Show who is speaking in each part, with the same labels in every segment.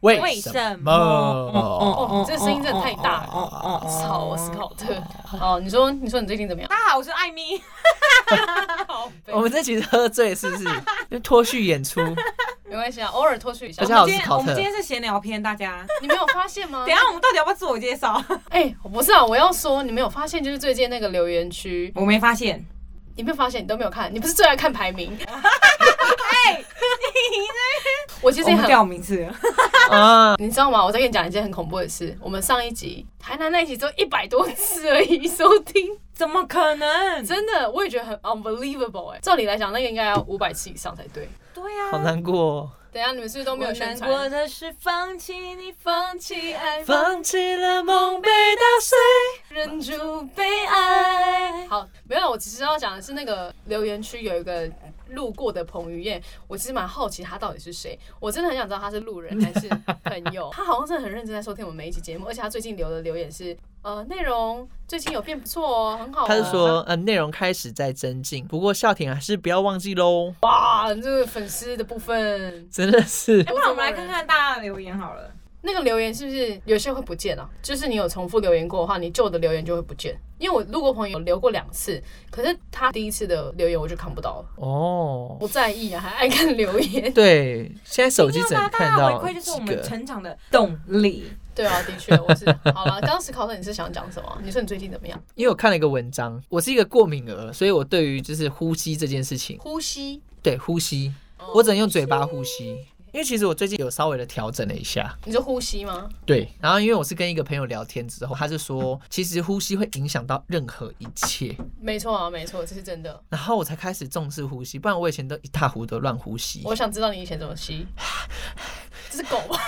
Speaker 1: 为
Speaker 2: 为
Speaker 1: 什
Speaker 2: 什
Speaker 1: 么？哦
Speaker 2: 哦，这声音真的太大，操我斯考特。
Speaker 3: 哦，你说，你说你最近怎么样？
Speaker 2: 大家好，我是艾米。好悲
Speaker 1: 我们这集是喝醉是不 是？就脱序演出，
Speaker 3: 没关系啊，偶尔脱去一下
Speaker 1: 大。家好
Speaker 2: 今天
Speaker 1: 我是考特
Speaker 2: 我们今天是闲聊篇，大家。
Speaker 3: 你没有发现吗？
Speaker 2: 等一下，我们到底要不要自我介绍？
Speaker 3: 哎、我不是啊，我要说，你没有发现就是最近那个留言区，
Speaker 2: 我没发现。
Speaker 3: 你没有发现，你都没有看，你不是最爱看排名？哎、我其实
Speaker 2: 我
Speaker 3: 也
Speaker 2: 们
Speaker 3: 很
Speaker 2: 掉名次了。
Speaker 1: 啊，
Speaker 3: 你知道吗？我再跟你讲一件很恐怖的事。我们上一集台南那一集只有一百多次而已收听，
Speaker 2: 怎么可能？
Speaker 3: 真的，我也觉得很 unbelievable 哎、照理来讲，那个应该要五百次以上才对。
Speaker 2: 对呀。
Speaker 1: 好难过哦。
Speaker 3: 等一下你们是不是都没有
Speaker 2: 我
Speaker 3: 宣
Speaker 2: 难过
Speaker 3: 传？
Speaker 2: 的是放弃你，
Speaker 3: 放弃爱，
Speaker 1: 放弃了梦被打碎。
Speaker 3: 忍住
Speaker 2: 悲哀。
Speaker 3: 好，没有，我其实要讲的是那个留言区有一个路过的彭于晏，我其实蛮好奇他到底是谁，我真的很想知道他是路人还是朋 友。他好像真的很认真在收听我们每一集节目，而且他最近留的留言是，呃，内容最近有变不错哦，很好、哦。
Speaker 1: 他是说，呃，内容开始在增进，不过笑婷还是不要忘记喽。
Speaker 3: 哇，这个粉丝的部分，
Speaker 1: 真的是
Speaker 3: 不
Speaker 2: 哎不然我们来看看大家的留言好了。
Speaker 3: 那个留言是不是有些会不见啊？就是你有重复留言过的话，你旧的留言就会不见。因为我路过朋友留过两次，可是他第一次的留言我就看不到了，
Speaker 1: 哦，
Speaker 3: 不在意啊，还爱看留言。
Speaker 1: 对，现在手机只
Speaker 2: 要
Speaker 1: 能
Speaker 2: 拿大
Speaker 1: 看
Speaker 2: 家
Speaker 1: 到
Speaker 2: 回馈就是我
Speaker 1: 几
Speaker 2: 们
Speaker 1: 个。
Speaker 2: 成长的动力。
Speaker 3: 对啊，的确，我是好了。刚刚思考的你是想讲什么？你说你最近怎么 样？
Speaker 1: 因为我看了一个文章，我是一个过敏儿，所以我对于就是呼吸这件事情，
Speaker 3: 呼吸，
Speaker 1: 对呼吸，
Speaker 3: 哦
Speaker 1: 我只能用嘴巴呼吸。因为其实我最近有稍微的调整了一下，
Speaker 3: 你说呼吸吗？
Speaker 1: 对，然后因为我是跟一个朋友聊天之后，他就说，其实呼吸会影响到任何一切，
Speaker 3: 没错啊，没错，这是真的。
Speaker 1: 然后我才开始重视呼吸，不然我以前都一塌糊涂乱呼吸。
Speaker 3: 我想知道你以前怎么吸，这是狗 吗？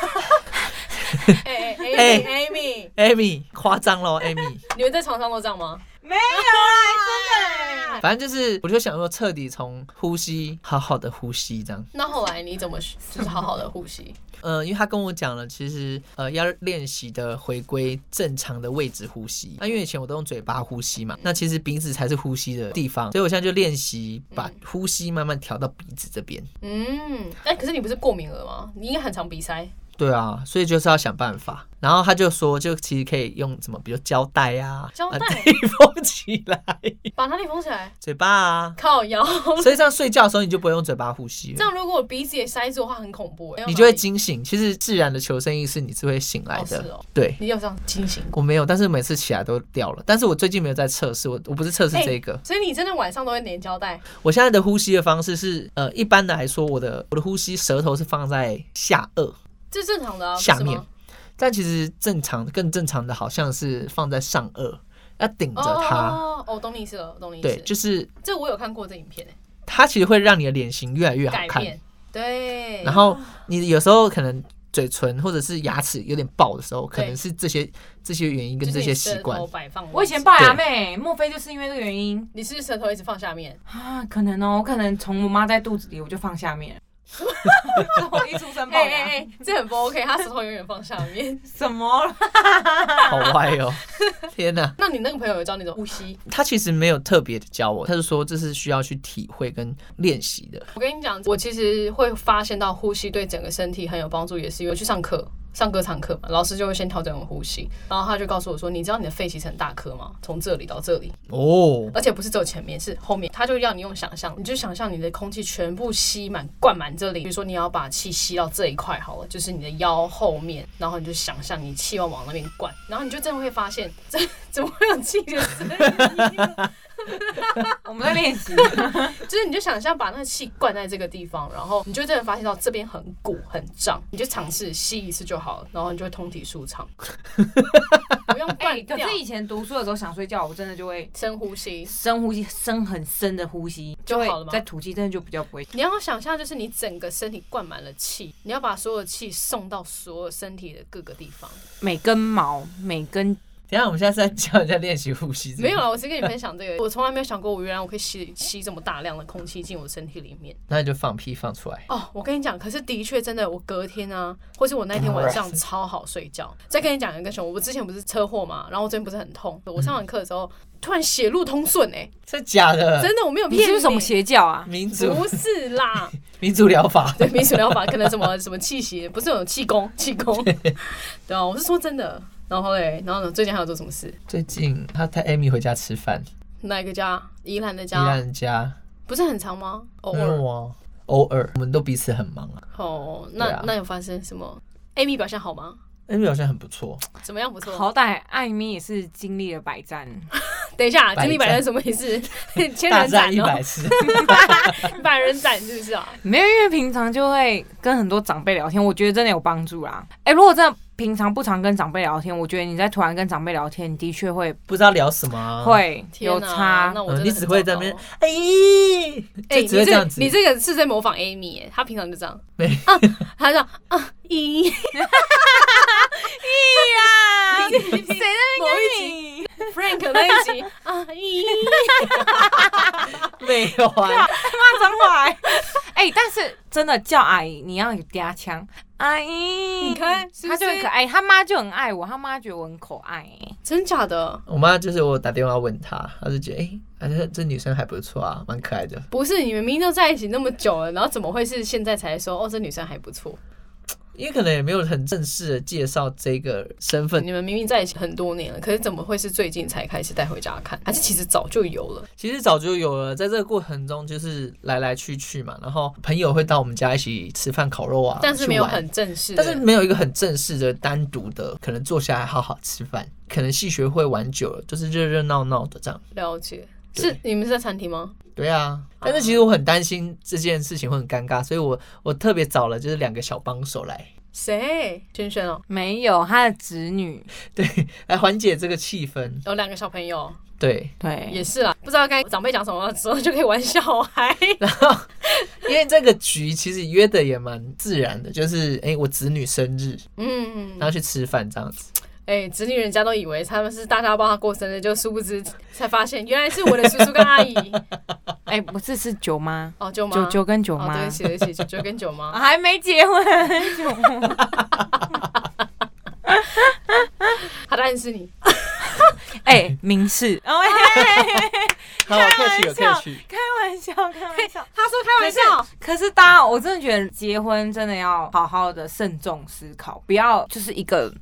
Speaker 3: 哎哎
Speaker 1: 哎
Speaker 3: 哎，Amy，
Speaker 1: Amy 夸张咯 a m y
Speaker 3: 你们在床上都这样吗？
Speaker 2: 没有啦，真的欸。
Speaker 1: 反正就是我就想说彻底从呼吸好好的呼吸这样。
Speaker 3: 那后来你怎么就是好好的呼 吸？
Speaker 1: 嗯，因为他跟我讲了，其实呃要练习的回归正常的位置呼吸。那、因为以前我都用嘴巴呼吸嘛，那其实鼻子才是呼吸的地方，所以我现在就练习把呼吸慢慢调到鼻子这边。
Speaker 3: 嗯，哎、可是你不是过敏了吗？你应该很常鼻塞。
Speaker 1: 对啊，所以就是要想办法。然后他就说，就其实可以用什么，比如胶带啊，
Speaker 3: 胶带
Speaker 1: 把自己封起来，
Speaker 3: 把哪里封起来？
Speaker 1: 嘴巴啊。
Speaker 3: 靠腰。
Speaker 1: 所以这样睡觉的时候，你就不会用嘴巴呼吸了
Speaker 3: 这样如果我鼻子也塞住的话，很恐怖哎、
Speaker 1: 你就会惊醒。其实自然的求生意识你是会醒来的。
Speaker 3: 哦是哦
Speaker 1: 对，
Speaker 3: 你有这样惊醒过？
Speaker 1: 我没有，但是每次起来都掉了。但是我最近没有在测试，我我不是测试
Speaker 3: 哎
Speaker 1: 这个，
Speaker 3: 所以你真的晚上都会粘胶带？
Speaker 1: 我现在的呼吸的方式是，呃，一般的来说，我的我的呼吸舌头是放在下颚
Speaker 3: 这正常的啊，不是
Speaker 1: 下
Speaker 3: 吗
Speaker 1: 面，但其实正常更正常的好像是放在上颚，要顶着它。
Speaker 3: 哦，哦，我懂你意思了，我懂你意
Speaker 1: 对，
Speaker 3: 思。
Speaker 1: 就是
Speaker 3: 这我有看过这影片、欸、
Speaker 1: 它其实会让你的脸型越来越好
Speaker 3: 改
Speaker 1: 看。
Speaker 3: 变，哎对。
Speaker 1: 然后你有时候可能嘴唇或者是牙齿有点爆的时候，可能是这些这些原因跟这些习惯
Speaker 3: 就是你舌头。摆放位置，
Speaker 2: 我以前龅牙妹，莫非就是因为这个原因
Speaker 3: 你是不是舌头一直放下面，
Speaker 2: 啊？可能哦，我可能从我妈在肚子里我就放下 面了，从我一出生
Speaker 3: 哎
Speaker 2: 龅
Speaker 3: 哎
Speaker 2: 牙，
Speaker 3: 哎， 这很不 OK，他舌头永远放下面。
Speaker 2: 什么啦？
Speaker 1: 好歪哦！ 天哪，
Speaker 3: 那你那个朋友有教你怎么呼吸？
Speaker 1: 他其实没有特别的教我，他是说这是需要去体会跟练习的。
Speaker 3: 我跟你讲，我其实会发现到呼吸对整个身体很有帮助，也是因为去上课。上歌唱课嘛，老师就会先调整我呼吸，然后他就告诉我说：“你知道你的肺其实很大颗吗？从这里到这里，
Speaker 1: 哦，
Speaker 3: 而且不是只有前面，是后面。”他就要你用想象，你就想象你的空气全部吸满、灌满这里。比如说你要把气吸到这一块好了，就是你的腰后面，然后你就想象你气要往那边灌，然后你就真的会发现，这 怎么会有气的声音？
Speaker 2: 我们在练 习，
Speaker 3: 就是你就想象把那个气灌在这个地方，然后你就真的发现到这边很鼓很胀，你就尝试吸一次就好了，然后你就会通体舒畅，不用
Speaker 2: 哎，
Speaker 3: 灌
Speaker 2: 可
Speaker 3: 掉，
Speaker 2: 是以前读书的时候想睡觉，我真的就会
Speaker 3: 深呼吸。
Speaker 2: 深呼吸，深很深的呼吸，就会
Speaker 3: 就好了吗
Speaker 2: 在吐气，真的就比较不会。
Speaker 3: 你要想象，就是你整个身体灌满了气，你要把所有气送到所有身体的各个地方。
Speaker 2: 每根毛、每根
Speaker 1: 等一下我们现在是在教人家练习呼吸，
Speaker 3: 没有。了，我只是跟你分享这个，我从来没有想过，我原来我可以吸吸这么大量的空气进我身体里面。
Speaker 1: 那你就放屁放出来。
Speaker 3: 哦，我跟你讲，可是的确真的，我隔天啊，或是我那天晚上超好睡觉。再跟你讲一个什么，我之前不是车祸嘛，然后我这边不是很痛，我上完课的时候突然血路通顺哎、
Speaker 1: 真假的？
Speaker 3: 真的我没有
Speaker 2: 你
Speaker 3: 骗
Speaker 2: 是不是什么
Speaker 3: 你欸
Speaker 2: 邪教啊？
Speaker 1: 民族
Speaker 3: 不是啦，
Speaker 1: 民族疗法，
Speaker 3: 对民俗疗法可能什么什么气息，不是有气功，气功，对啊，我是说真的。然后嘞，然后呢，最近还有做什么事？
Speaker 1: 最近他带 Amy 回家吃饭，
Speaker 3: 哪一个家？宜兰的
Speaker 1: 宜兰
Speaker 3: 家，
Speaker 1: 人家
Speaker 3: 不是很长吗？偶
Speaker 1: 没
Speaker 3: 尔
Speaker 1: 有啊，偶尔我们都彼此很忙啊。
Speaker 3: 哦，那、
Speaker 1: 对啊
Speaker 3: 那有发生什么？Amy 表现好吗？
Speaker 1: Amy 好像很不错，
Speaker 3: 怎么样？不错。，
Speaker 2: 好歹艾米也是经历了百战，
Speaker 3: 等一下，
Speaker 1: 百
Speaker 3: 经历百
Speaker 1: 战
Speaker 3: 人什么意 思？千
Speaker 1: 大
Speaker 3: 人
Speaker 1: 战
Speaker 3: 斩
Speaker 1: 一
Speaker 3: 哦
Speaker 1: 百，次，
Speaker 3: 百人斩是不是啊？
Speaker 2: 没有，因为平常就会跟很多长辈聊天，我觉得真的有帮助啦。哎、如果真的平常不常跟长辈聊天，我觉得你在突然跟长辈聊天，你的确会
Speaker 1: 不知道聊什么啊。
Speaker 2: 会
Speaker 3: 天
Speaker 2: 有
Speaker 3: 哪
Speaker 2: 差
Speaker 3: 那。我真
Speaker 1: 嗯
Speaker 3: 的
Speaker 1: 你
Speaker 3: 很
Speaker 1: 只会
Speaker 3: 糟
Speaker 1: 在那边
Speaker 3: 糕
Speaker 1: 哎，
Speaker 3: 哎，
Speaker 1: 就
Speaker 3: 你
Speaker 1: 只会这样子。
Speaker 3: 你这个是在模仿 Amy，耶她平常就这样，
Speaker 1: 没
Speaker 3: 啊，她这样啊一，咦啦，谁在那边跟你 Frank 那一集啊一，
Speaker 1: 没有啊？
Speaker 2: 骂脏话、欸。哎、但是真的叫阿姨，你要有嗲腔。阿姨，你
Speaker 3: 看是不
Speaker 2: 她
Speaker 3: 是
Speaker 2: 就很可爱，她妈就很爱我，她妈觉得我很可爱、欸。
Speaker 3: 真假的？
Speaker 1: 我妈就是我打电话问她，她就觉得哎，啊这这女生还不错啊，蛮可爱的。
Speaker 3: 不是，你们明明都在一起那么久了，然后怎么会是现在才说哦，这女生还不错？
Speaker 1: 因为可能也没有很正式的介绍这个身份，
Speaker 3: 你们明明在一起很多年了，可是怎么会是最近才开始带回家看？还是其实早就有了？
Speaker 1: 其实早就有了。在这个过程中，就是来来去去嘛，然后朋友会到我们家一起吃饭、烤肉啊，
Speaker 3: 但是没有
Speaker 1: 去玩
Speaker 3: 很正式的，
Speaker 1: 但是没有一个很正式的、单独的，可能坐下来好好吃饭，可能戏学会玩久了，就是热热闹闹的这样。
Speaker 3: 了解。
Speaker 1: 对
Speaker 3: 是你们是在餐厅吗？
Speaker 1: 对啊，但是其实我很担心这件事情会很尴尬，所以我我特别找了就是两个小帮手来，
Speaker 3: 谁？轩轩哦，
Speaker 2: 没有，她的侄女，
Speaker 1: 对，来缓解这个气氛。
Speaker 3: 有两个小朋友，
Speaker 1: 对，
Speaker 2: 对，
Speaker 3: 也是啦，不知道该长辈讲什么的时候就可以玩小孩。
Speaker 1: 因为这个局其实约的也蛮自然的，就是哎、我子女生日，
Speaker 3: 嗯
Speaker 1: 然，后去吃饭这样子。
Speaker 3: 哎、子女人家都以为他们是大家帮他过生日，就殊不知才发现原来是我的叔叔跟阿 姨。
Speaker 2: 哎、不是是舅妈，
Speaker 3: 哦，舅妈，
Speaker 2: 舅舅跟舅
Speaker 3: 哦，
Speaker 2: 妈、
Speaker 3: 对不起，对不起，舅舅跟舅 妈。
Speaker 2: 还没结婚，舅妈
Speaker 3: 他在暗示你，
Speaker 2: 哎， 明示，哦
Speaker 1: 好，我客气，有客
Speaker 2: 开玩笑
Speaker 1: 气。
Speaker 2: 开玩笑，开玩笑。
Speaker 3: 他说开玩笑，
Speaker 2: 可是大家，我真的觉得结婚真的要好好的慎重思考，不要就是一个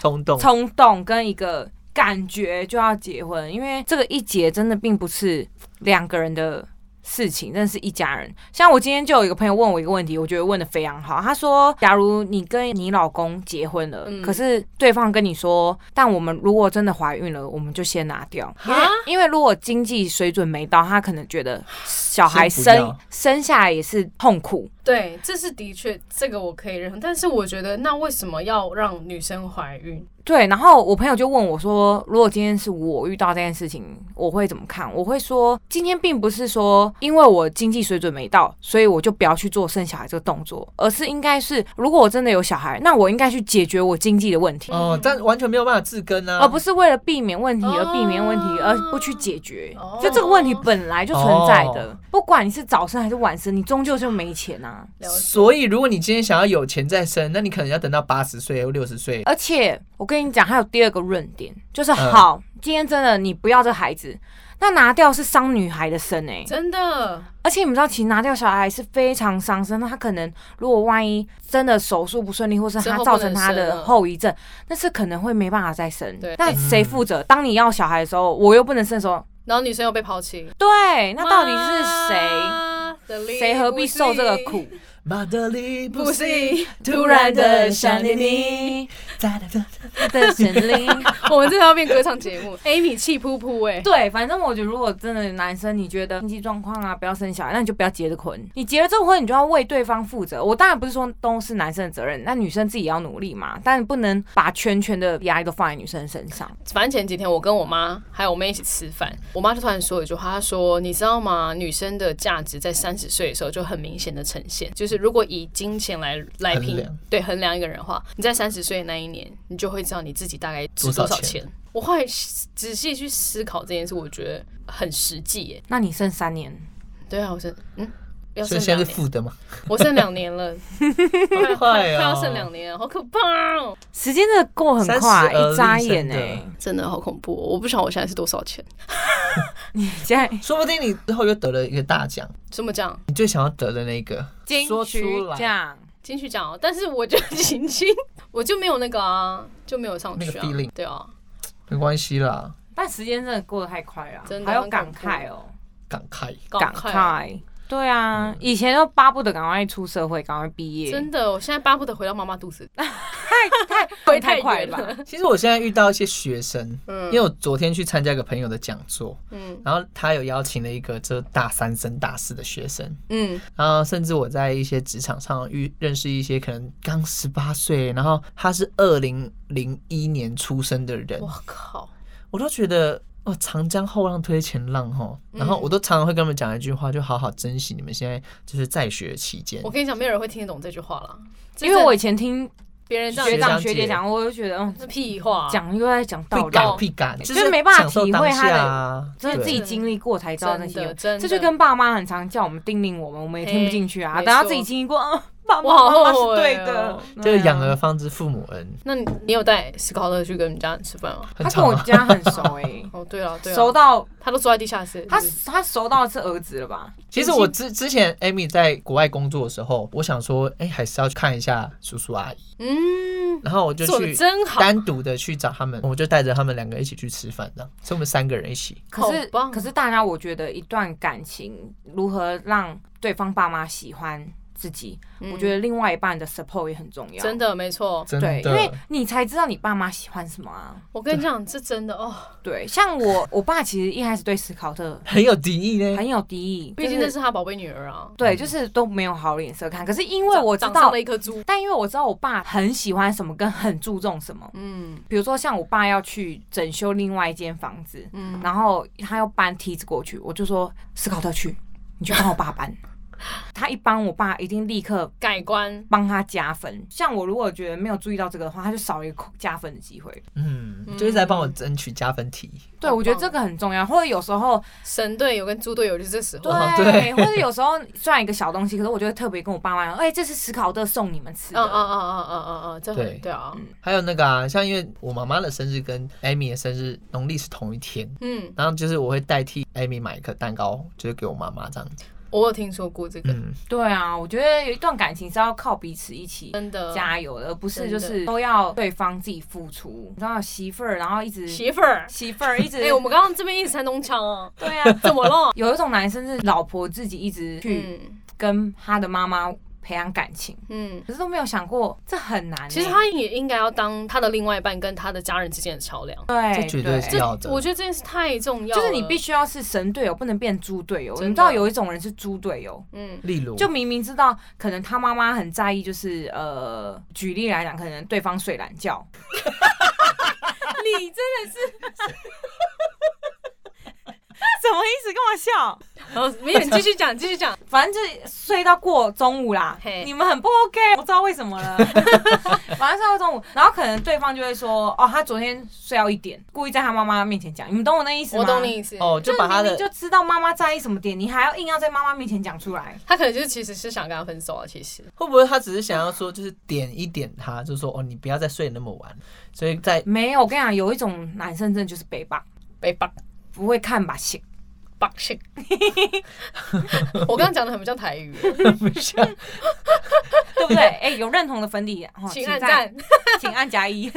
Speaker 1: 冲动。
Speaker 2: 冲动跟一个感觉就要结婚，因为这个一结真的并不是两个人的事情，真的是一家人。像我今天就有一个朋友问我一个问题，我觉得问的非常好。他说，假如你跟你老公结婚了，
Speaker 3: 嗯
Speaker 2: 可是对方跟你说，但我们如果真的怀孕了，我们就先拿掉，因为
Speaker 3: 哈
Speaker 2: 因为如果经济水准没到，他可能觉得小孩
Speaker 1: 先不要
Speaker 2: 生生下来也是痛苦。
Speaker 3: 对，这是的确，这个我可以认同。但是我觉得，那为什么要让女生怀孕？
Speaker 2: 对，然后我朋友就问我说：“如果今天是我遇到这件事情，我会怎么看？”我会说，今天并不是说因为我经济水准没到，所以我就不要去做生小孩这个动作，而是应该是如果我真的有小孩，那我应该去解决我经济的问题，
Speaker 1: 哦，但完全没有办法自根啊，
Speaker 2: 而不是为了避免问题而避免问题，
Speaker 3: 嗯哦
Speaker 2: 而不去解决。
Speaker 3: 哦
Speaker 2: 就这个问题本来就存在的，
Speaker 1: 哦
Speaker 2: 不管你是早生还是晚生，你终究就没钱啊。
Speaker 3: 了解。
Speaker 1: 所以，如果你今天想要有钱再生，那你可能要等到八十岁或六十岁。
Speaker 2: 而且我跟你讲，还有第二个论点，就是好，今天真的你不要这孩子，那拿掉是伤女孩的身哎、
Speaker 3: 真的，
Speaker 2: 而且你们知道，其实拿掉小孩是非常伤身，那他可能如果万一真的手术不顺利，或是
Speaker 3: 之后
Speaker 2: 他
Speaker 3: 不
Speaker 2: 造成他
Speaker 3: 能生
Speaker 2: 的
Speaker 3: 了
Speaker 2: 后遗症，那是可能会没办法再生
Speaker 3: 对。
Speaker 2: 那谁负责？当你要小孩的时候，我又不能生的时候，
Speaker 3: 然后女生又被抛弃，
Speaker 2: 对，那到底
Speaker 3: 嗯
Speaker 2: 是
Speaker 3: 是
Speaker 2: 谁？谁何必受这个苦？
Speaker 1: 马德里
Speaker 3: 不
Speaker 1: 不
Speaker 3: 是
Speaker 1: 是，
Speaker 3: 突
Speaker 1: 突
Speaker 3: 然
Speaker 1: 然
Speaker 3: 的
Speaker 1: 的
Speaker 3: 想
Speaker 1: 想
Speaker 3: 念
Speaker 1: 念
Speaker 3: 你
Speaker 1: 你。
Speaker 2: 的神灵。
Speaker 3: 我们真的要变歌唱节 目，Amy 气噗噗哎、
Speaker 2: 对，反正我觉得，如果真的男生你觉得经济状况啊，不要生小孩，那你就不要结这个婚。你结了这个婚，你就要为对方负责。我当然不是说都是男生的责任，那女生自己也要努力嘛。但你不能把全权的压力都放在女生身上。
Speaker 3: 反正前几天我跟我妈还有我妹一起吃饭，我妈就突然说一句话，她说：“你知道吗？女生的价值在三十岁的时候就很明显的呈现，就是如果以金钱来来
Speaker 1: 衡
Speaker 3: 评
Speaker 1: 量，
Speaker 3: 对衡量一个人的话，你在三十岁那一年，你就会知道你自己大概值
Speaker 1: 多少
Speaker 3: 多少
Speaker 1: 钱
Speaker 3: 钱。我后来仔细去思考这件事，我觉得很实际耶。
Speaker 2: 那你剩三年，
Speaker 3: 对啊，我剩嗯，要剩
Speaker 1: 所以现
Speaker 3: 两
Speaker 1: 在是
Speaker 3: 年，
Speaker 1: 负的嘛，
Speaker 3: 我剩两年 了， 快
Speaker 1: 快
Speaker 3: 快
Speaker 1: 哦
Speaker 3: 要剩两年了，好可怕哦！
Speaker 2: 时间真的过很快，
Speaker 1: 32
Speaker 2: 一眨眼
Speaker 1: 是真
Speaker 2: 哎、
Speaker 1: 的
Speaker 3: 真的好恐怖、哦，我不晓得我现在是多少钱。
Speaker 2: 现在
Speaker 1: 说不定你之后又得了一个大奖，
Speaker 3: 这么讲，
Speaker 1: 你最想要得的那个，
Speaker 2: 金
Speaker 1: 说
Speaker 2: 曲
Speaker 1: 出来
Speaker 2: 奖
Speaker 3: 进去讲哦，但是我就行行，我就没有那个啊，就没有上去啊
Speaker 1: 那个 feeling。
Speaker 3: 对啊，
Speaker 1: 没关系啦，
Speaker 2: 但时间真的过得太快了，
Speaker 3: 真的
Speaker 2: 还有
Speaker 3: 很
Speaker 2: 感
Speaker 3: 恐怖
Speaker 2: 慨哦、
Speaker 1: 感慨。
Speaker 2: 感慨。对啊，
Speaker 1: 嗯
Speaker 2: 以前都巴不得赶快出社会，赶快毕业，
Speaker 3: 真的，我现在巴不得回到妈妈肚子里。
Speaker 2: 太太回太快了吧？
Speaker 3: 了。
Speaker 1: 其实我现在遇到一些学生，因
Speaker 3: 嗯
Speaker 1: 为我昨天去参加一个朋友的讲座，
Speaker 3: 嗯
Speaker 1: 然后他有邀请了一个就是大三升大四的学生，
Speaker 3: 嗯，
Speaker 1: 然后甚至我在一些职场上遇认识一些可能刚十八岁，然后他是二零零一年出生的人，
Speaker 3: 我靠，
Speaker 1: 我都觉得哇，长江后浪推前浪吼。
Speaker 2: 嗯
Speaker 1: 然后我都常常会跟他们讲一句话，就好好珍惜你们现在就是在学期间
Speaker 3: 我。跟你讲，没有人会听得懂这句话了，
Speaker 2: 因为我以前听
Speaker 3: 别人这
Speaker 2: 学
Speaker 3: 样讲
Speaker 2: 长
Speaker 1: 学长
Speaker 2: 学姐
Speaker 1: 姐
Speaker 2: 讲，我就觉得嗯，
Speaker 3: 是屁话，
Speaker 2: 讲又在讲道
Speaker 1: 会
Speaker 2: 理，
Speaker 1: 感屁感，
Speaker 2: 就是没办法
Speaker 1: 享受
Speaker 2: 体会他的
Speaker 1: 当下啊，
Speaker 2: 真的
Speaker 1: 对
Speaker 2: 自己经历过才知道那
Speaker 3: 真
Speaker 2: 些
Speaker 3: 的。真的，
Speaker 2: 这就跟爸妈很常叫我们叮咛我们，我们也听不进去啊。
Speaker 3: 嘿
Speaker 2: 等到
Speaker 3: 没错
Speaker 2: 自己经历过，嗯，爸
Speaker 3: 我好
Speaker 2: 妈妈
Speaker 3: 后
Speaker 2: 妈
Speaker 3: 悔
Speaker 2: 是
Speaker 3: 哦
Speaker 2: 对的，
Speaker 1: 这个
Speaker 2: 对啊
Speaker 1: 养儿方知父母恩，
Speaker 3: 那你你有带史考特去跟人家吃饭吗？
Speaker 1: 很
Speaker 2: 他跟
Speaker 1: 长
Speaker 2: 我
Speaker 1: 啊。
Speaker 2: 家很 熟哎，
Speaker 3: 哦，对了对了，
Speaker 2: 熟到
Speaker 3: 他都坐在地下室，
Speaker 2: 他
Speaker 3: 是不是
Speaker 2: 他熟到是儿子了吧？
Speaker 1: 其实我之之前 Amy 在国外工作的时候，我想说，哎、还是要去看一下叔叔阿姨，
Speaker 3: 嗯，
Speaker 1: 然后我就
Speaker 3: 做的
Speaker 1: 去
Speaker 3: 真好，
Speaker 1: 单独的去找他们，我就带着他们两个一起去吃饭，这样，所以我们三个人一起。
Speaker 2: 可是
Speaker 3: 好棒
Speaker 2: 可是大家，我觉得一段感情如何让对方爸妈喜欢自己，
Speaker 3: 嗯
Speaker 2: 我觉得另外一半的 support 也很重要。
Speaker 3: 真的没错。
Speaker 1: 真的
Speaker 2: 对，，因为你才知道你爸妈喜欢什么啊。
Speaker 3: 我跟你讲，这真的哦，
Speaker 2: 对，像我，我爸其实一开始对史考特
Speaker 1: 很有敌意呢。
Speaker 2: 很有敌意，
Speaker 3: 嗯毕竟
Speaker 2: 就
Speaker 3: 那是他宝贝女儿啊。
Speaker 2: 对，就是都没有好脸色看。可是因为我知
Speaker 3: 长上
Speaker 2: 道
Speaker 3: 了，一颗猪，
Speaker 2: 但因为我知道我爸很喜欢什么跟很注重什么，
Speaker 3: 嗯
Speaker 2: 比如说像我爸要去整修另外一间房子，
Speaker 3: 嗯，
Speaker 2: 然后他要搬梯子过去，我就说斯考特去，你去帮我爸搬。 他一帮我爸，一定立刻
Speaker 3: 改观，
Speaker 2: 帮他加分。像我如果觉得没有注意到这个的话，他就少一个加分的机会。
Speaker 1: 嗯，
Speaker 3: 嗯
Speaker 1: 就是在帮我争取加分题。
Speaker 2: 对，
Speaker 3: 好
Speaker 2: 我觉得
Speaker 3: 棒哦
Speaker 2: 这个很重要。或者有时候，
Speaker 3: 神队友跟猪队友就是这时候，
Speaker 1: 哇对
Speaker 2: 对，或者有时候虽然一个小东西，可是我就会特别跟我爸妈讲，哎，这是史考特送你们吃
Speaker 3: 嗯嗯
Speaker 2: 的。
Speaker 3: 嗯嗯嗯嗯嗯，这
Speaker 1: 对
Speaker 3: 很对啊，
Speaker 1: 还有那个啊，像因为我妈妈的生日跟 Amy 的生日农历是同一天，
Speaker 3: 嗯，
Speaker 1: 然后就是我会代替 Amy 买一颗蛋糕，就是给我妈妈这样子。
Speaker 3: 我有听说过这个，
Speaker 1: 嗯，
Speaker 2: 对啊，我觉得有一段感情是要靠彼此一起
Speaker 3: 真的
Speaker 2: 加油的，而不是
Speaker 3: 呃真
Speaker 2: 就
Speaker 3: 的
Speaker 2: 是都要对方自己付出。你知道媳妇儿，然后一直
Speaker 3: 媳妇儿，
Speaker 2: 媳妇儿一直
Speaker 3: 哎，我们刚刚这边一直山东腔 啊，
Speaker 2: 对啊，
Speaker 3: 怎么了？
Speaker 2: 有一种男生是老婆自己一直去
Speaker 3: 嗯
Speaker 2: 跟他的妈妈培养感情，
Speaker 3: 嗯。
Speaker 2: 可是都没有想过这很难欸、
Speaker 3: 其实他也应该要当他的另外一半跟他的家人之间的桥梁，
Speaker 2: 对，
Speaker 1: 这绝对是
Speaker 3: 这
Speaker 1: 要的
Speaker 3: 我觉得这件事太重要
Speaker 2: 就
Speaker 3: 了。
Speaker 2: 是你必须要是神队友，不能变猪队友。
Speaker 3: 真
Speaker 2: 你
Speaker 3: 的
Speaker 2: 知道有一种人是猪队友，
Speaker 3: 嗯
Speaker 1: 例如，
Speaker 2: 就明明知道可能他妈妈很在意，就是呃，举例来讲，可能对方睡懒 觉。你真的是什么意思？干嘛笑？
Speaker 3: 然后没有，你继续讲，继续 讲。
Speaker 2: 反正就是睡到过中午啦
Speaker 3: 嘿，
Speaker 2: 你们很不 OK，我不知道为什么了。 晚上睡到中午，然后可能对方就会说，哦，他昨天睡到一点，故意在他妈妈面前讲，你们懂我那意思吗？
Speaker 3: 我懂你。意思。
Speaker 1: 哦，就
Speaker 2: 就
Speaker 1: 把他
Speaker 2: 明
Speaker 1: 的
Speaker 2: 明就知道妈妈在意什么点，你还要硬要在妈妈面前讲出来。
Speaker 3: 他可能就是其实是想跟他分手啊，其实。
Speaker 1: 会不会他只是想要说，就是点一点他，就说哦，你不要再睡那么晚。所以 在
Speaker 2: 没有，我跟你讲，有一种男生真的就是北霸，
Speaker 3: 被绑
Speaker 2: 不会看把戏。
Speaker 3: 绑性。 我刚刚讲的很不像台语，
Speaker 2: 对不对？哎、有认同的粉底，哦
Speaker 3: 请按
Speaker 2: 在
Speaker 3: 赞，。
Speaker 2: 请按加一。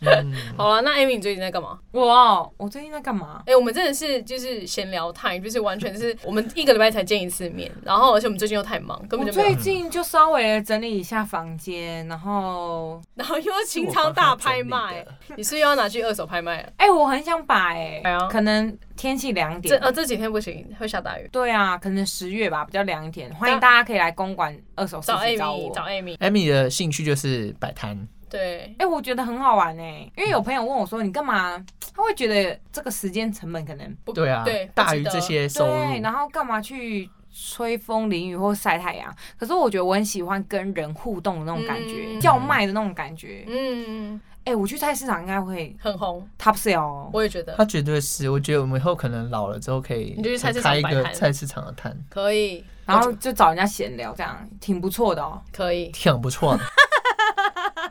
Speaker 1: 嗯，
Speaker 3: 好了，那 Amy 你最近在干嘛？
Speaker 2: 我哦我最近在干嘛？
Speaker 3: 哎、我们真的是就是闲聊 time，就是完全是我们一个礼拜才见一次面，然后而且我们最近又太忙，根
Speaker 2: 我
Speaker 3: 本就没
Speaker 2: 最
Speaker 3: 有，
Speaker 2: 近就稍微整理一下房间，然后
Speaker 3: 然后又情场大拍卖，你是又要拿去二手拍卖了？
Speaker 2: 哎、我很想把哎、
Speaker 3: 哎呀
Speaker 2: 可能天气凉
Speaker 3: 这
Speaker 2: 点。
Speaker 3: 呃这几天不行，会下大雨。
Speaker 2: 对啊，可能十月吧，比较凉一点。欢迎大家可以来公馆二手市
Speaker 3: 找
Speaker 2: 集找
Speaker 3: Amy，
Speaker 2: 我。
Speaker 3: 找 Amy，
Speaker 1: Amy 的兴趣就是摆摊，
Speaker 3: 对，
Speaker 2: 哎、我觉得很好玩哎、因为有朋友问我说你干嘛，他会觉得这个时间成本可能
Speaker 3: 不
Speaker 1: 对啊，
Speaker 3: 对，不
Speaker 1: 大
Speaker 3: 值
Speaker 1: 于
Speaker 3: 得
Speaker 1: 这些收入
Speaker 2: 对，，然后干嘛去吹风淋雨或晒太阳，可是我觉得我很喜欢跟人互动的那种感觉，
Speaker 3: 嗯
Speaker 2: 叫卖的那种感觉。
Speaker 3: 嗯，
Speaker 2: 哎、我去菜市场应该会
Speaker 3: 很红，
Speaker 2: top sale 哦。
Speaker 3: 我也觉得
Speaker 1: 他绝对是，我觉得我们以后可能老了之后可以，
Speaker 3: 你就去菜市场
Speaker 1: 开一
Speaker 3: 摆
Speaker 1: 个
Speaker 3: 摊
Speaker 1: 菜市场的摊，
Speaker 3: 可以，
Speaker 2: 然后就找人家闲聊，这样挺不错的哦。
Speaker 3: 可以。
Speaker 1: 挺不错的。啊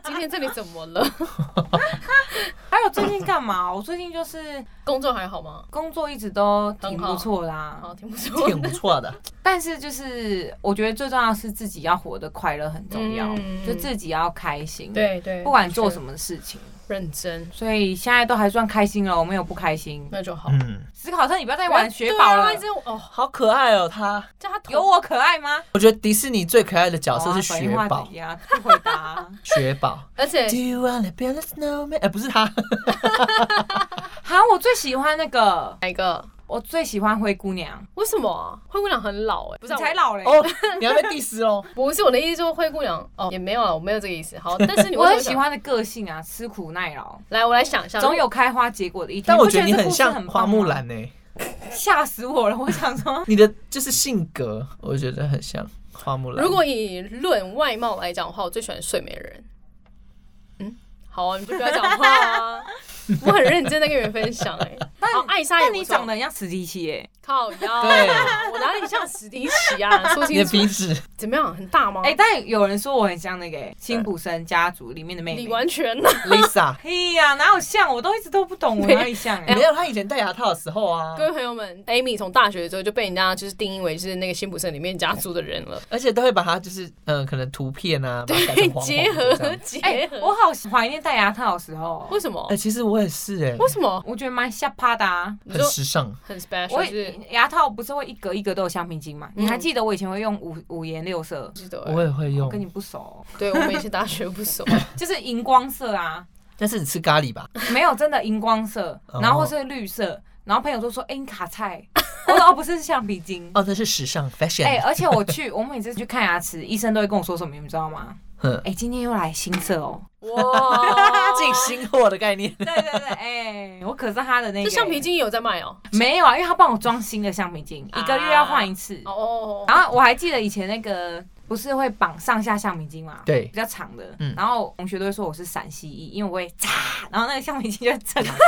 Speaker 3: 今天这里怎么了？
Speaker 2: 还有最近干嘛？哦我最近就是
Speaker 3: 工作还好吗？
Speaker 2: 工作一直都挺
Speaker 3: 很好
Speaker 2: 不错啦、
Speaker 3: 好，挺不错，
Speaker 1: 挺不错的，
Speaker 2: 但是就是我觉得最重要是自己要活得快乐很重要，
Speaker 3: 嗯
Speaker 2: 就自己要开心，，
Speaker 3: 对对，
Speaker 2: 不管做什
Speaker 3: 么，
Speaker 2: 么事情，
Speaker 3: 认真
Speaker 2: 所以现在都还算开心了，我没有不开心。
Speaker 3: 那就好。
Speaker 1: 嗯，
Speaker 2: 史考特，你不要再玩雪宝
Speaker 3: 对啊
Speaker 2: 了
Speaker 3: 一，直哦，
Speaker 1: 好可爱哦，他。
Speaker 3: 叫他头
Speaker 2: 有我可爱吗？
Speaker 1: 我觉得迪士尼最可爱的角色是
Speaker 2: 好啊
Speaker 1: 雪
Speaker 2: 反应话
Speaker 1: 宝
Speaker 2: 题，啊，不回答啊。
Speaker 1: 雪 宝。
Speaker 3: 而且
Speaker 1: Do you wanna be a snowman？哎，不是他，
Speaker 2: 好，我最喜欢那个，
Speaker 3: 哪一个？
Speaker 2: 我最喜欢灰姑娘，
Speaker 3: 为什么啊灰姑娘很老哎？不
Speaker 2: 你
Speaker 3: 是啊
Speaker 2: 才，老嘞。
Speaker 1: 哦，你要被 diss 哦。
Speaker 3: 我不是我的意思，说灰姑娘哦，也没有了，我没有这个意思。 好，但是你
Speaker 2: 我
Speaker 3: 为什么
Speaker 2: 很喜欢的个性啊，吃苦耐劳，
Speaker 3: 想，来我来想一下，
Speaker 2: 总有开花结果的一天。
Speaker 1: 但我
Speaker 2: 不
Speaker 1: 觉得
Speaker 2: 觉
Speaker 1: 你
Speaker 2: 这
Speaker 1: 很
Speaker 2: 故事
Speaker 1: 像花
Speaker 2: 棒
Speaker 1: 木
Speaker 2: 吗，
Speaker 1: 兰呢、 欸
Speaker 2: 吓死我了！我想说，
Speaker 1: 你的就是性格，我觉得很像花木兰。
Speaker 3: 如果以论外貌来讲的话，我最喜欢睡美人。嗯，好啊，你就不要讲话 啊！我很认真在跟你们分享哎、
Speaker 2: 但
Speaker 3: 好，艾莎也
Speaker 2: 但
Speaker 3: 不错
Speaker 2: 你长得很像史迪奇耶。
Speaker 3: 靠腰，
Speaker 1: 对
Speaker 3: 我哪里像史迪奇啊？说
Speaker 1: 你
Speaker 3: 清
Speaker 1: 的
Speaker 3: 楚
Speaker 1: 鼻，子，
Speaker 3: 怎么样？很大吗？
Speaker 2: 哎、但有人说我很像那个耶辛普森家族里面的妹
Speaker 3: 你
Speaker 2: 妹。
Speaker 3: 完全呐、
Speaker 1: Lisa，
Speaker 2: 哎呀，哪有像？我都一直都不懂，我
Speaker 3: 没
Speaker 2: 哪里 像、
Speaker 1: 没
Speaker 2: 欸？
Speaker 1: 有他以前戴牙套的时候啊
Speaker 3: 各，位朋友们，Amy 从大学之后就被人家就是定义为是那个辛普森里面家族的人 了，
Speaker 1: 而且都会把它就是嗯、呃可能图片 啊，把它改
Speaker 3: 被
Speaker 1: 成黄黄
Speaker 3: 结
Speaker 1: 的这
Speaker 3: 合
Speaker 1: 样。
Speaker 2: 哎、
Speaker 3: 结合。
Speaker 2: 我好怀念戴牙套的时候哦，
Speaker 3: 为什么
Speaker 1: 哎、？其实我也是哎、
Speaker 3: 为什么？
Speaker 2: 我觉得蛮吓趴的啊。
Speaker 3: 你
Speaker 1: 很
Speaker 3: 说
Speaker 1: 时尚。
Speaker 3: 很 special，
Speaker 2: 我
Speaker 3: 就是
Speaker 2: 牙套不是会一格一格都有橡皮筋吗？
Speaker 3: 嗯
Speaker 2: 你还记得我以前会用五五颜六色？
Speaker 3: 记得
Speaker 1: 我
Speaker 3: 欸，
Speaker 1: 也会
Speaker 2: 我
Speaker 1: 用
Speaker 2: 跟，你不熟哦，
Speaker 3: 对我们以前大学不 熟，
Speaker 2: 就是荧光色啊，
Speaker 1: 但是你吃咖喱吧？
Speaker 2: 没有真的荧光色，
Speaker 1: 哦
Speaker 2: 然后或是绿色，然后朋友都说：“哎、你卡菜。”我说：“哦，不是，是橡皮 筋。”
Speaker 1: 哦，那是时尚 fashion。
Speaker 2: 哎、而且我去，我每次去看牙齿，医生都会跟我说什么，你们知道吗？
Speaker 1: 哼
Speaker 2: 哎、今天又来新色哦。
Speaker 3: 哇，
Speaker 1: 进新货的概念，
Speaker 2: 对对对，哎、我可是他的
Speaker 3: 这
Speaker 2: 那个
Speaker 3: 橡皮筋也有在卖哦。
Speaker 2: 没有啊，因为他帮我装新的橡皮筋，
Speaker 3: 啊
Speaker 2: 一个月要换一次。
Speaker 3: 哦，
Speaker 2: 然后我还记得以前那个不是会绑上下橡皮筋嘛，
Speaker 1: 对
Speaker 2: 比较长的。
Speaker 1: 嗯
Speaker 2: 然后同学都会说我是陕西裔，因为我会扎，然后那个橡皮筋就会震开。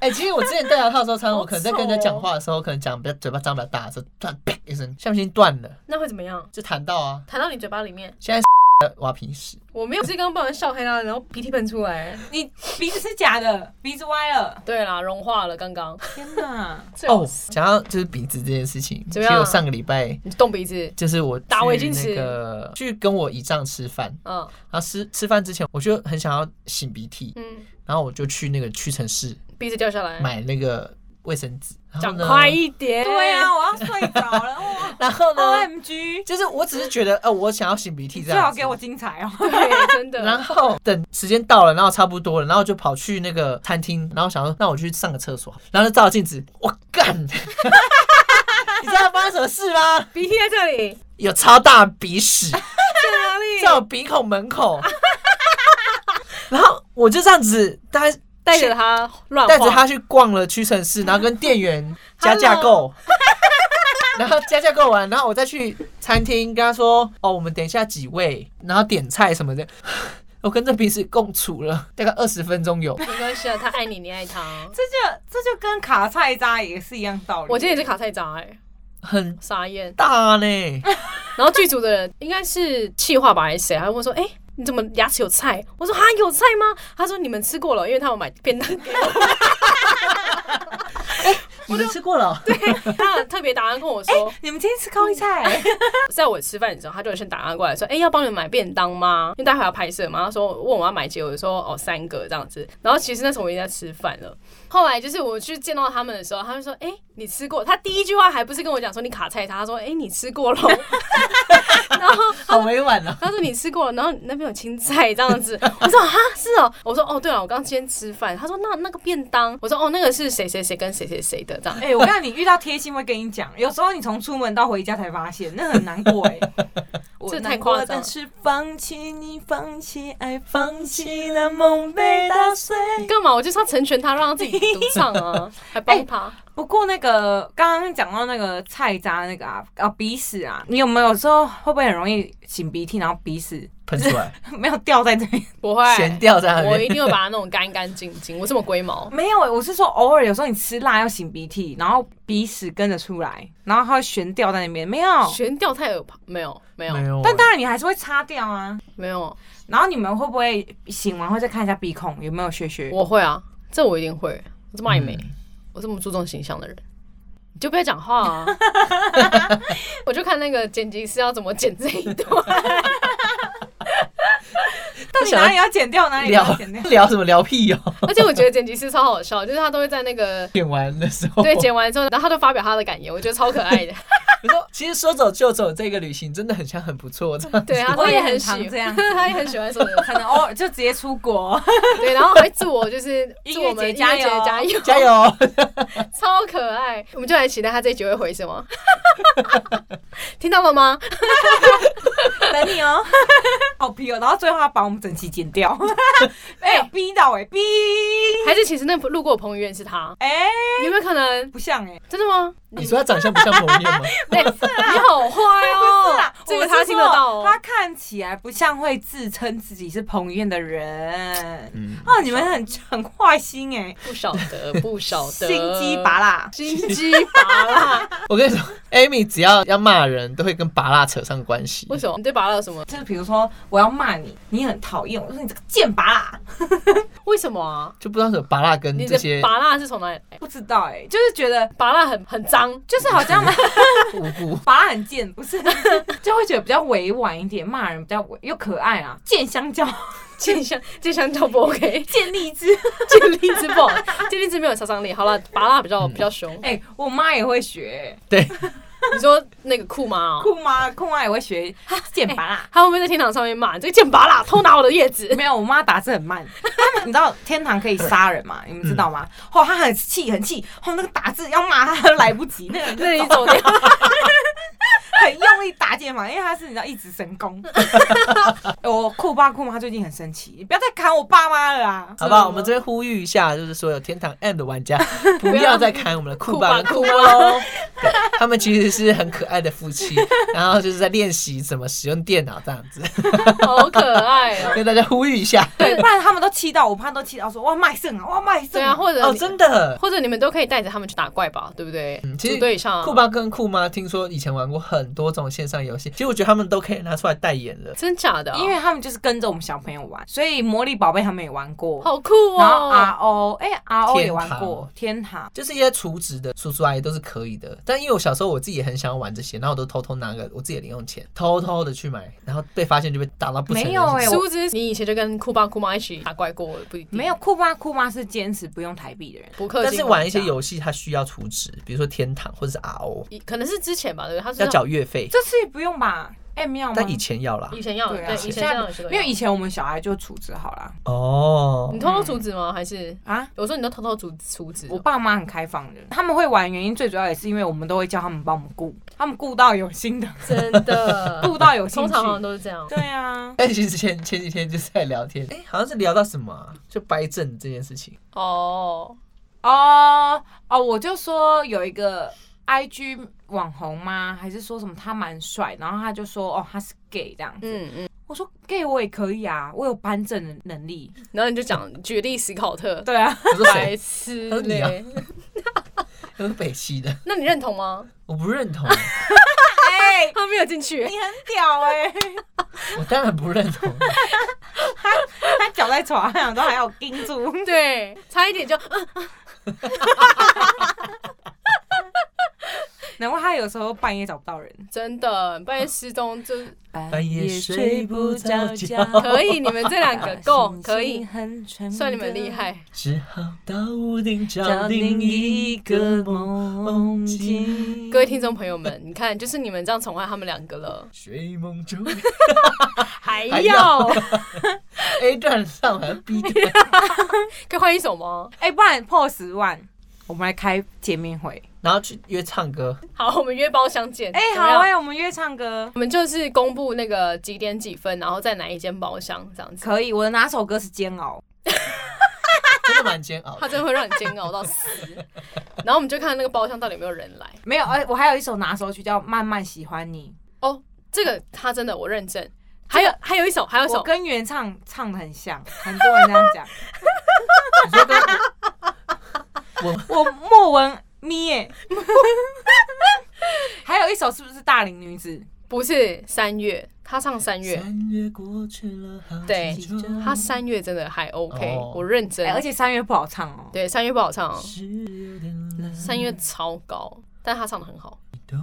Speaker 1: 哎、其实我之前戴牙套的时候，常常
Speaker 3: 好
Speaker 1: 我可能在跟人家哦讲话的时候，可能讲比较嘴巴张比较大的时候，突然啪一声，橡皮筋断了，
Speaker 3: 那会怎么样？
Speaker 1: 就弹到啊。
Speaker 3: 弹到你嘴巴里面？
Speaker 1: 现在 的挖鼻屎，
Speaker 3: 我没有，我是刚刚帮人笑黑啦，然后鼻涕喷出来。
Speaker 2: 你鼻子是假的，鼻子歪了，
Speaker 3: 对啦，融化了刚刚。
Speaker 2: 天哪！
Speaker 1: 哦，讲到就是鼻子这件事情，
Speaker 3: 怎
Speaker 1: 其
Speaker 3: 么
Speaker 1: 实
Speaker 3: 样
Speaker 1: 我上个礼拜
Speaker 3: 你动鼻子，
Speaker 1: 就是我
Speaker 3: 打
Speaker 1: 去
Speaker 3: 围巾
Speaker 1: 那个去跟我姨丈吃饭，
Speaker 3: 嗯
Speaker 1: 然后吃吃饭之前我就很想要擤鼻涕，
Speaker 3: 嗯，
Speaker 1: 然后我就去那个屈臣氏
Speaker 3: 鼻子掉下来，
Speaker 1: 买那个卫生纸，然后
Speaker 3: 讲
Speaker 1: 呢，
Speaker 3: 快一点。
Speaker 2: 对啊，，我要睡着了。哇
Speaker 1: 然
Speaker 3: 哦
Speaker 1: 后呢，
Speaker 2: OMG，
Speaker 1: 就是我只是觉得呃我想要擤鼻
Speaker 2: 你
Speaker 1: 涕这
Speaker 2: 最好
Speaker 1: 样子
Speaker 2: 给我精彩哦。
Speaker 3: 对，真的。
Speaker 1: 然后等时间到了，然后差不多了，然后就跑去那个餐厅，然后想说，那我去上个厕所，然后就照镜子，我干， 你知道发生什么事吗？
Speaker 3: 鼻涕在这里，
Speaker 1: 有超大的鼻屎
Speaker 3: 在哪里？
Speaker 1: 在我鼻孔门口， 然后我就这样子，大家
Speaker 3: 带着他乱
Speaker 1: 带着
Speaker 3: 晃
Speaker 1: 他去逛了屈臣氏，然后跟 店员加价购。 然后加价购完，然后我再去餐厅跟他说：“哦，我们等一下几位，然后点菜什么的。”我跟这鼻屎共处了大概二十分钟有，
Speaker 3: 没关系啊，他爱你，你爱他。
Speaker 2: 这就这就跟卡菜渣也是一样道理。
Speaker 3: 我今天也是卡菜渣哎，
Speaker 1: 很
Speaker 3: 傻眼。
Speaker 1: 大呢。
Speaker 3: 然后剧组的人应该是气话吧还是谁，还问说：“哎、你怎么牙齿有菜？”我说：“哈，有菜吗？”他说：“你们吃过了，因为他有买便当 给我。
Speaker 1: 你们吃过了？对，”
Speaker 3: 他有特别打算跟我说，
Speaker 2: 你们今天吃高 丽菜，
Speaker 3: 在我吃饭的时候，他就先打电话过来说：“哎、要帮你们买便当吗？因为待会要拍摄嘛。”他说：“问我要买几个？”我就说：“哦，三个这样子。”然后其实那时候我已经在吃饭了。后来就是我去见到他们的时候，他们说：“哎、你吃过？”他第一句话还不是跟我讲说你卡菜他说：“哎、你吃过了。” 然后
Speaker 1: 好委婉 哦。
Speaker 3: 他说你吃过了，然后你那边有青菜这样子。我说哈是哦，我说哦对了，我刚先吃饭。他说那那个便当，我说哦那个是谁谁谁跟谁谁谁的这样。
Speaker 2: 哎、我看你遇到贴心会跟你讲，有时候你从出门到回家才发现，那很难过哎、 我
Speaker 3: 这太
Speaker 2: 难过
Speaker 3: 夸张了
Speaker 2: 但是放弃你，放弃爱，放弃了梦被打碎。
Speaker 3: 干嘛？我就唱成全他，让他自己独唱啊，还帮他。
Speaker 2: 不不过那个刚刚讲到那个菜渣那个啊啊鼻屎啊，你有没有时候会不会很容易擤鼻涕，然后鼻屎
Speaker 1: 喷出来，
Speaker 2: 没有掉在这边？
Speaker 3: 不会，
Speaker 1: 悬吊在那
Speaker 3: 我一
Speaker 1: 边。
Speaker 3: 定会把它弄得干干净净。我这么龟毛，
Speaker 2: 没有、欸，我是说偶尔有时候你吃辣要擤鼻涕，然后鼻屎跟着出来，然后它会悬吊在那边，没有。
Speaker 3: 悬吊太有没有没有
Speaker 1: 哦没有，
Speaker 2: 但当然你还是会擦掉啊。
Speaker 3: 没有，
Speaker 2: 然后你们会不会醒完会再看一下鼻孔有没有血血？
Speaker 3: 我会啊，这我一定会。我这么爱美，
Speaker 1: 嗯
Speaker 3: 我这么注重形象的人，你就不要讲话 啊！我就看那个剪辑师要怎么剪这一段。
Speaker 2: 到底哪里要剪掉，哪里不要
Speaker 1: 聊
Speaker 2: 剪掉？
Speaker 1: 聊什么聊屁哦，
Speaker 3: 而且我觉得剪辑师超好笑，就是他都会在那个
Speaker 1: 剪完的时候，
Speaker 3: 对，剪完之后，然后他就发表他的感言，我觉得超可 爱的。
Speaker 1: 我说其实说走就走，这个旅行真的很像很不 错这样。
Speaker 3: 对，他
Speaker 2: 我
Speaker 3: 他
Speaker 2: 也
Speaker 3: 也
Speaker 2: 很
Speaker 3: 很喜
Speaker 2: 常
Speaker 3: 欢
Speaker 2: 这样
Speaker 3: 他也很喜欢说的。
Speaker 2: 可能偶尔就直接出国，
Speaker 3: 对，然后还祝我就是
Speaker 2: 音
Speaker 3: 祝
Speaker 2: 乐
Speaker 3: 我们
Speaker 2: 节
Speaker 3: 音
Speaker 2: 加
Speaker 3: 乐节
Speaker 2: 油
Speaker 3: 加油
Speaker 1: 加油！
Speaker 3: 超可爱，我们就来期待他这一集会回什么。听到了吗？
Speaker 2: 等 你哦。好逼哦，然后最后他把我们整期剪掉，哎、逼到哎、逼，
Speaker 3: 还是其实那路过的彭于晏是他？
Speaker 2: 哎、
Speaker 3: 有没有可能？
Speaker 2: 不像哎、
Speaker 3: 真的吗？
Speaker 1: 你说他长相不像彭于晏吗？
Speaker 3: 对，你好坏
Speaker 2: 不是
Speaker 3: 哦
Speaker 2: 啦，，
Speaker 3: 这
Speaker 2: 我
Speaker 3: 个
Speaker 2: 是
Speaker 3: 他听得到
Speaker 2: 说
Speaker 3: 哦。
Speaker 2: 他看起来不像会自称自己是彭于晏的人。
Speaker 1: 嗯，
Speaker 2: 哦，你们很很坏心哎、
Speaker 3: 不晓得，不晓得，
Speaker 2: 心机拔辣，
Speaker 3: 心机拔辣。
Speaker 1: 我跟你说，Amy 只要要骂人都会跟拔蜡扯上关系
Speaker 3: 为。什么？你对拔辣有什么？
Speaker 2: 就是比如说我要骂你，你很讨厌，我说你这个贱拔辣，
Speaker 3: 为什么啊？
Speaker 1: 就不知道什么拔蜡跟
Speaker 3: 你
Speaker 1: 这
Speaker 3: 的
Speaker 1: 些
Speaker 3: 拔辣是从哪里来？
Speaker 2: 不知道哎、就是觉得
Speaker 3: 拔辣很很脏，
Speaker 2: 就是好像
Speaker 1: 无辜，
Speaker 2: 拔很贱，不是， 就会觉得比较委婉一点，骂人比较委又可爱啊，贱香蕉，
Speaker 3: 健香健香蕉不 OK，
Speaker 2: 贱荔枝。
Speaker 3: 健荔枝不好，健荔枝没有杀伤力。好了，拔辣比较比较凶。
Speaker 2: 哎、我妈也会学，
Speaker 1: 对，
Speaker 3: 你说那个酷妈哦，
Speaker 2: 酷妈酷妈也会学贱拔啦。
Speaker 3: 他会不会在天堂上面骂你这个贱拔辣，偷拿我的叶子？
Speaker 2: 欸没有，我妈打字很 慢。他们你知道天堂可以杀人嘛？你们知道吗？哦，她很气，很气。哦，那个打字要骂她都来不及，那个人
Speaker 3: 那你
Speaker 2: 就走
Speaker 3: 走掉，
Speaker 2: 很用力打键盘，因为她是你知道一指神 功。我酷爸酷妈最近很生气，你不要再砍我爸妈了啊！
Speaker 1: 好不好？我们这边呼吁一下，就是所有天堂 M 的玩家，不要再砍我们的酷爸跟酷妈喽。 对他们其实是很可爱的夫 妻，然后就是在练习怎么使用电脑这样子，
Speaker 3: 好可爱 哦。
Speaker 1: 跟大家呼吁一下。
Speaker 2: 对，不然他们都气到我，怕都气到说哇卖肾啊，哇卖
Speaker 3: 对
Speaker 2: 肾
Speaker 3: 啊，或者
Speaker 1: 哦，
Speaker 3: 你
Speaker 1: 真的，
Speaker 3: 或者你们都可以带着他们去打怪吧，对不对？
Speaker 1: 嗯其实
Speaker 3: 组队上
Speaker 1: 酷爸跟酷妈听说以前玩过很多种线上游戏，其实我觉得他们都可以拿出来代言了。
Speaker 3: 真假的啊、
Speaker 2: 因为他们就是跟着我们小朋友玩，所以魔力宝贝他们也玩过，
Speaker 3: 好酷
Speaker 2: 然后
Speaker 3: 哦。
Speaker 2: RO 哎、RO 也
Speaker 1: 天
Speaker 2: 玩
Speaker 1: 堂
Speaker 2: 过，天堂
Speaker 1: 就是一些厨职的叔叔阿姨都是可以的，但因为我小时候我自己也很想要玩这些，然后我都偷偷拿个我自己的零用钱，偷偷的去买，然后被发现就被打到不成人
Speaker 2: 没有
Speaker 1: 形
Speaker 2: 哎
Speaker 3: 殊不知你以前就跟酷爸酷妈一起打怪过，不一定
Speaker 2: 没有酷妈酷妈是坚持不用台币的人，
Speaker 3: 不氪金玩家，
Speaker 1: 但是玩一些游戏它需要储值，比如说天堂或者是 RO，
Speaker 3: 可能是之前吧，对不对？他是
Speaker 1: 要缴月费，
Speaker 2: 这次也不用吧？哎、没有吗
Speaker 1: 但？以前要啦
Speaker 3: 以。前要
Speaker 2: 对啊，
Speaker 3: 对以前要有这个
Speaker 2: 因为以前我们小孩就处置好了
Speaker 1: 哦
Speaker 3: 你，偷偷阻止吗？还是
Speaker 2: 啊。
Speaker 3: 有时候你都偷偷阻阻止哦？
Speaker 2: 我爸妈很开放的，他们会玩，原因最主要也是因为我们都会叫他们帮我们顾，他们顾到有心的，
Speaker 3: 真的
Speaker 2: 顾到有兴
Speaker 3: 通
Speaker 2: 趣。
Speaker 3: 常哦好像都是这样。
Speaker 2: 对啊，
Speaker 1: 但哎其实前前几天就是在聊天，哎、好像是聊到什么啊、就掰正这件事 情。
Speaker 3: 哦，
Speaker 2: 哦哦，我就说有一个 I G 网红吗？还是说什么他蛮帅，然后他就说哦他是 gay 这样子。
Speaker 3: 嗯嗯，
Speaker 2: 我说 gay 我也可以啊，我有扳正的能力。
Speaker 3: 然后你就讲举例史考特，
Speaker 2: 对啊，
Speaker 1: 我说
Speaker 3: 白
Speaker 1: 谁？
Speaker 3: 痴
Speaker 1: 他说你啊
Speaker 3: 嘞，
Speaker 1: 我说北西的，
Speaker 3: 那你认同吗？
Speaker 1: 我不认同，
Speaker 2: 哎、
Speaker 3: 他没有进 去
Speaker 2: 你，很屌哎、
Speaker 1: 我当然不认同。
Speaker 2: 他脚在床上都还有盯住。
Speaker 3: 对，差一点就啊
Speaker 2: 难怪他有时候半夜找不到人，
Speaker 3: 真的半夜失踪，就
Speaker 1: 半夜睡不着觉
Speaker 3: 可以，你们这两个 够可以，
Speaker 2: 很沉
Speaker 3: 算你们厉。害。
Speaker 1: 只好到屋顶找
Speaker 2: 找另
Speaker 1: 另
Speaker 2: 一
Speaker 1: 一
Speaker 2: 个
Speaker 1: 个
Speaker 2: 梦
Speaker 1: 梦
Speaker 2: 境
Speaker 1: 境。
Speaker 3: 各位听众朋友们，你看，就是你们这样宠坏他们两个了，
Speaker 1: 睡 梦中
Speaker 3: 还
Speaker 1: 还
Speaker 3: 要
Speaker 1: A 段上完 B 段，
Speaker 3: 可以换一首吗？
Speaker 2: 哎、不然破十万，我们来开见面会。
Speaker 1: 然后去约唱歌，
Speaker 3: 好，我们约包相见。
Speaker 2: 哎、
Speaker 3: 怎么
Speaker 2: 好
Speaker 3: 样
Speaker 2: 哎、我们约唱歌
Speaker 3: 我们就是公布那个几点几分，然后在哪一间包厢这样子。
Speaker 2: 可以。我的拿手歌是《煎熬》，
Speaker 1: 真的蛮煎熬的。
Speaker 3: 他真的会让你煎熬到死。然后我们就看那个包厢到底有没有人来。
Speaker 2: 没有，哎，我还有一首拿手曲叫《慢慢喜欢你
Speaker 3: 哦，这个他真的我认证。还有还有一首，还有》，一
Speaker 2: 我
Speaker 3: 首，
Speaker 2: 跟原唱唱的很像，很多人这样 讲。
Speaker 1: 你说跟我
Speaker 2: 我莫文 咪耶，还有一首是不是大龄女子？
Speaker 3: 不是三月，他唱三月，
Speaker 1: 三月过去了，好
Speaker 3: 对
Speaker 1: 几周
Speaker 3: 他三月真的还 OK，、
Speaker 1: 哦
Speaker 3: 我认真。
Speaker 2: 哎而且三月不好唱哦。
Speaker 3: 对三月不好唱、哦，
Speaker 1: 是有点懒
Speaker 3: 三月超高，但他唱的很好。
Speaker 1: 懂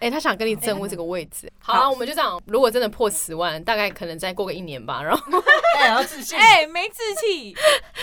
Speaker 3: 哎、他想跟你争位这个位置。好了、
Speaker 2: 好
Speaker 3: 我们就这样。如果真的破十万，大概可能再过个一年吧。然后，
Speaker 1: 我。哎，要自信，
Speaker 2: 哎，没志气。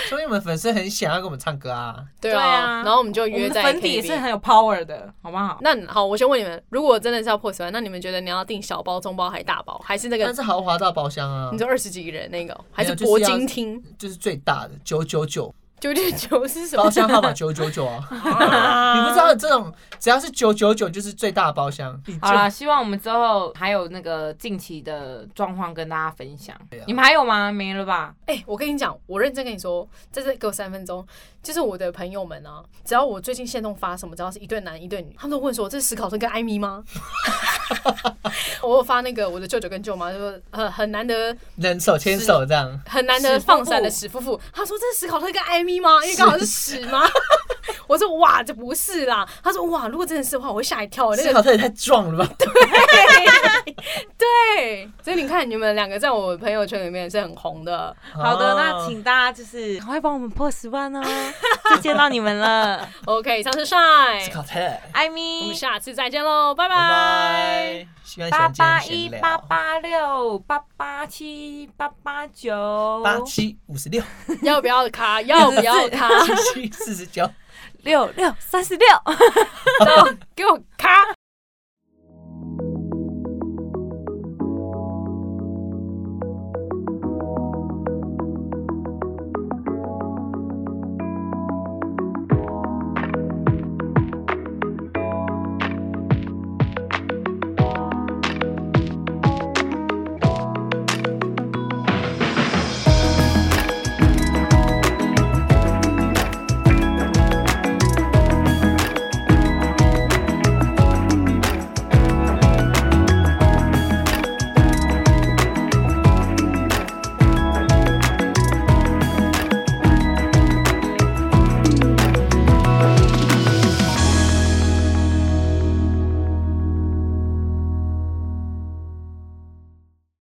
Speaker 1: 所以我们粉丝很想要跟我们唱歌啊。
Speaker 3: 对
Speaker 2: 对
Speaker 3: 啊，
Speaker 2: 啊
Speaker 3: 然后我们就
Speaker 2: 我
Speaker 3: 约
Speaker 2: 们
Speaker 3: 在
Speaker 2: 粉底也
Speaker 3: KTV
Speaker 2: 是很有 power 的，好不好？
Speaker 3: 那好，我先问你们，如果真的是要破十万，那你们觉得你要订小包、中包还是大包，还是那
Speaker 1: 但
Speaker 3: 个
Speaker 2: 嗯
Speaker 1: 是豪华大包厢啊
Speaker 3: 你，就二十几个人那个，还是
Speaker 1: 没有就是
Speaker 3: 铂
Speaker 1: 要
Speaker 3: 金厅
Speaker 1: 就是最大的九九九
Speaker 3: 九九九是什么
Speaker 1: 包？厢号码九九九啊。你不知道这种只要是九九九就是最大的包厢。
Speaker 2: 好啦，希望我们之后还有那个近期的状况跟大家分享
Speaker 1: 对啊。
Speaker 2: 你们还有吗？没了吧？
Speaker 3: 哎、我跟你讲，我认真跟你说，在这给我三分钟，就是我的朋友们啊，只要我最近线动发什么，只要是一对男一对女，他们都问说这是史考特跟艾米吗？ 我有发那个我的舅舅跟舅妈，就说很很难得
Speaker 1: 人手牵手这样，
Speaker 3: 很难得
Speaker 2: 史夫妇
Speaker 3: 放闪的史夫妇，他说这是史考特跟艾米吗？因为刚好是史吗？ 我说哇，这不是啦。他说哇，如果真的是的话，我会吓一跳。那
Speaker 1: 思
Speaker 3: 个
Speaker 1: 考特也太壮了吧？
Speaker 3: 对，所以你看你们两个在我朋友圈里面是很红的。
Speaker 2: 好的，
Speaker 1: 哦
Speaker 2: 那请大家就是赶快帮我们破十万哦，就见到你们了，
Speaker 3: OK，以上是 Shine，
Speaker 1: 思考特，拜
Speaker 2: 艾
Speaker 3: 我
Speaker 2: 米
Speaker 3: 们，下次再见喽，拜拜。
Speaker 1: 拜。希望
Speaker 2: 八
Speaker 1: 想
Speaker 2: 八
Speaker 1: 今
Speaker 2: 一
Speaker 1: 天闲聊
Speaker 2: 八八六八八七八八九
Speaker 1: 八七五十六
Speaker 3: 要不要卡？要不要 卡？
Speaker 1: 七七四十九。
Speaker 2: 六六三十六。
Speaker 3: 给我卡！